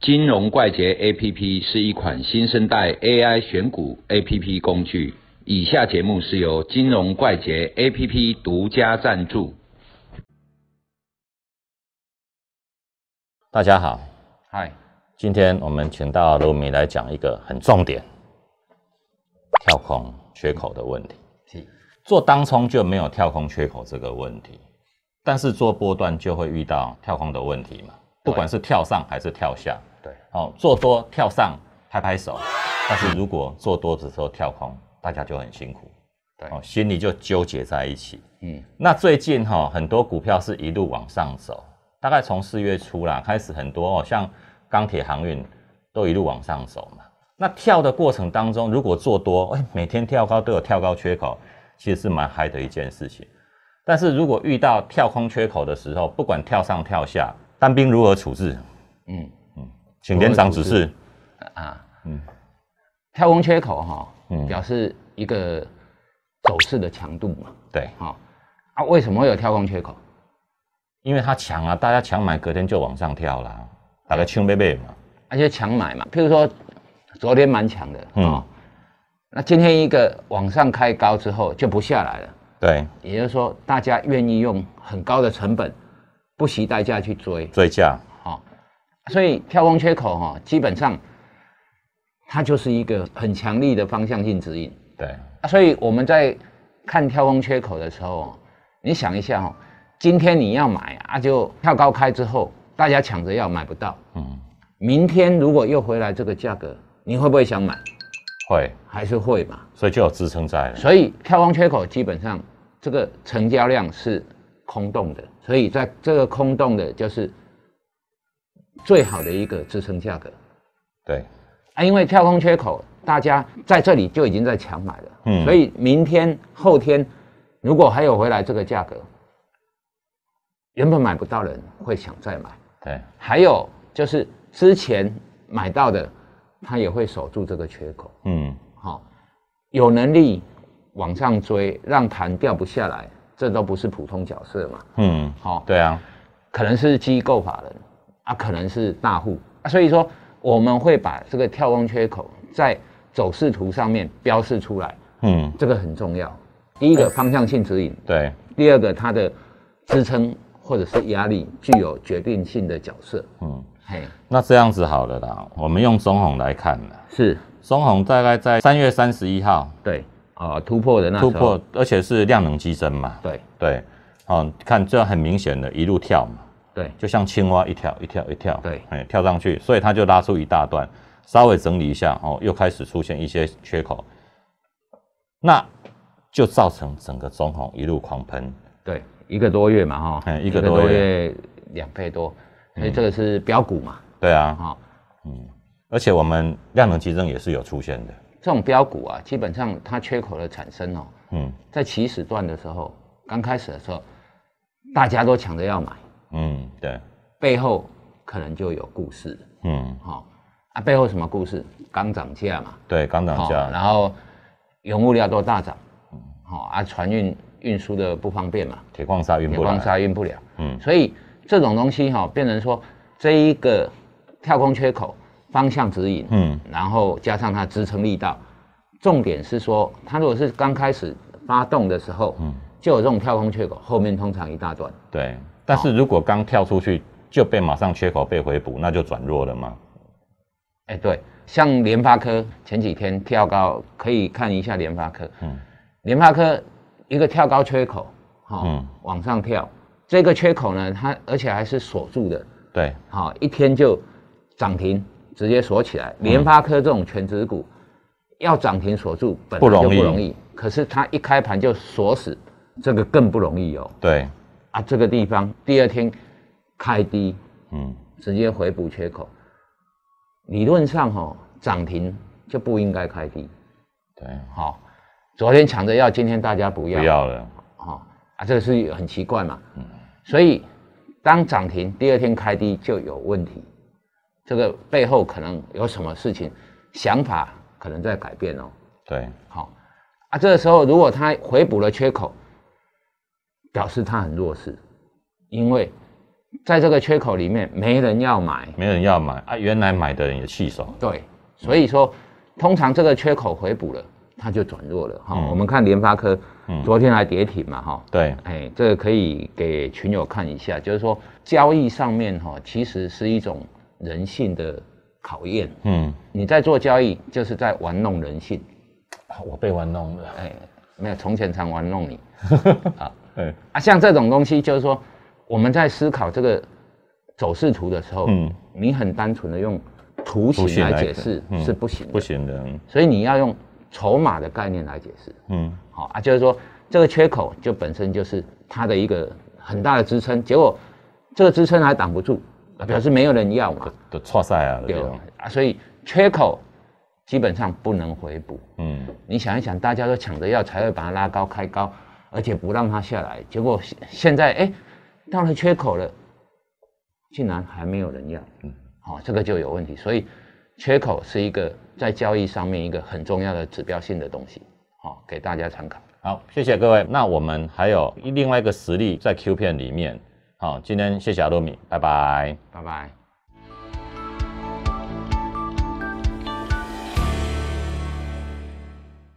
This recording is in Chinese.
金融怪杰 APP 是一款新生代 AI 选股 APP 工具。以下节目是由金融怪杰 APP 独家赞助。大家好，嗨，今天我们请到卢米来讲一个很重点，跳空缺口的问题。是做当冲就没有跳空缺口这个问题，但是做波段就会遇到跳空的问题嘛，不管是跳上还是跳下。对，哦，做多跳上拍拍手，但是如果做多的时候跳空，大家就很辛苦，对哦，心里就纠结在一起。嗯，那最近哈、很多股票是一路往上走，大概从四月初啦开始，很多哦，像钢铁、航运都一路往上走嘛。那跳的过程当中，如果做多，哎，每天跳高都有跳高缺口，其实是蛮嗨的一件事情。但是如果遇到跳空缺口的时候，不管跳上跳下，单兵如何处置？嗯请连长指示。啊，嗯嗯，跳空缺口哈、嗯表示一个走势的强度嘛，对，好、啊，为什么会有跳空缺口？因为它强啊，大家强买，隔天就往上跳啦，打个青贝贝嘛。而且强买嘛，譬如说昨天蛮强的，嗯哦，那今天一个往上开高之后就不下来了，对，也就是说大家愿意用很高的成本，不惜代价去追，追价。哦，所以跳空缺口哈、哦基本上它就是一个很强力的方向性指引。对，啊所以我们在看跳空缺口的时候哦，你想一下哦，今天你要买啊，就跳高开之后，大家抢着要买不到。嗯，明天如果又回来这个价格，你会不会想买？会，还是会嘛？所以就有支撑在了。所以跳空缺口基本上这个成交量是空洞的，所以在这个空洞的就是最好的一个支撑价格对，啊，因为跳空缺口大家在这里就已经在强买了，嗯所以明天后天如果还有回来这个价格，原本买不到的人会想再买，对，还有就是之前买到的他也会守住这个缺口。嗯，好、有能力往上追，让盘掉不下来，这都不是普通角色嘛。嗯，好、对啊，可能是机构法人啊，可能是大户、啊所以说我们会把这个跳空缺口在走势图上面标示出来，嗯，这个很重要。第一个方向性指引，对，第二个它的支撑或者是压力具有决定性的角色。嗯，嘿，那这样子好了啦，我们用中红来看啦。是中红大概在三月三十一号对啊、突破的那时突候破，而且是量能激增嘛。对对，哦，看这很明显的，一路跳嘛，对就像青蛙一跳一跳一跳，对哎，跳上去，所以它就拉出一大段，稍微整理一下，哦，又开始出现一些缺口，那就造成整个中红一路狂喷，对，一个多月嘛，哈、哎一个多月嗯两倍多，所以这个是标股嘛，对啊，哈、而且我们量能激增也是有出现的，这种标股啊，基本上它缺口的产生哦，嗯在起始段的时候，刚开始的时候，大家都抢着要买，嗯，对，背后可能就有故事了，嗯哈、啊，背后什么故事？刚涨价嘛，对，刚涨好，价，嗯然后原物料都大涨，好、啊，船运运输的不方便嘛，铁矿砂运铁不矿来，砂运不了，嗯所以这种东西哈、变成说这一个跳空缺口方向指引，嗯然后加上它支撑力道，重点是说它如果是刚开始发动的时候，嗯就有这种跳空缺口，后面通常一大段，对，但是如果刚跳出去就被马上缺口被回补，那就转弱了嘛，哎，对，像联发科前几天跳高，可以看一下联发科，嗯联发科一个跳高缺口，好、嗯往上跳，这个缺口呢，它而且还是锁住的，对，好、一天就涨停，直接锁起来。联发科这种全指股、要涨停锁住本不容来就不易容易，可是它一开盘就锁死，这个更不容易哦。对，啊，这个地方第二天开低，嗯直接回补缺口，理论上哦，涨停就不应该开低。对。好、昨天抢着要，今天大家不要。不要了，哦，啊，这个是很奇怪嘛。所以当涨停第二天开低就有问题，这个背后可能有什么事情，想法可能在改变哦。对，好、啊，这个时候如果它回补了缺口，表示它很弱势，因为在这个缺口里面没人要买，没人要买啊，原来买的人也气爽，对，所以说通常这个缺口回补了，它就转弱了哈、我们看联发科，昨天还跌停嘛哈，对，哎，这个可以给群友看一下，就是说交易上面哈、其实是一种人性的考验。嗯，你在做交易，就是在玩弄人性。啊我被玩弄了，哎，没有，从前常玩弄你对，啊。像这种东西，就是说我们在思考这个走势图的时候，嗯你很单纯的用图图形形来来解释嗯是不行的，不行的，嗯所以你要用筹码的概念来解释。嗯好、啊，就是说这个缺口就本身就是它的一个很大的支撑，结果这个支撑还挡不住，啊表示没有人要嘛，都错赛啊，对对吧吧啊，所以缺口基本上不能回补。嗯，你想一想，大家都抢着要，才会把它拉高开高，而且不让它下来。结果现现在哎，到了缺口了，竟然还没有人要，好、这个就有问题。所以缺口是一个在交易上面一个很重要的指标性的东西，好、给大家参考。好，谢谢各位，那我们还有另外一个实例在 Q 片里面，好，今天谢谢阿洛米，拜拜。拜拜。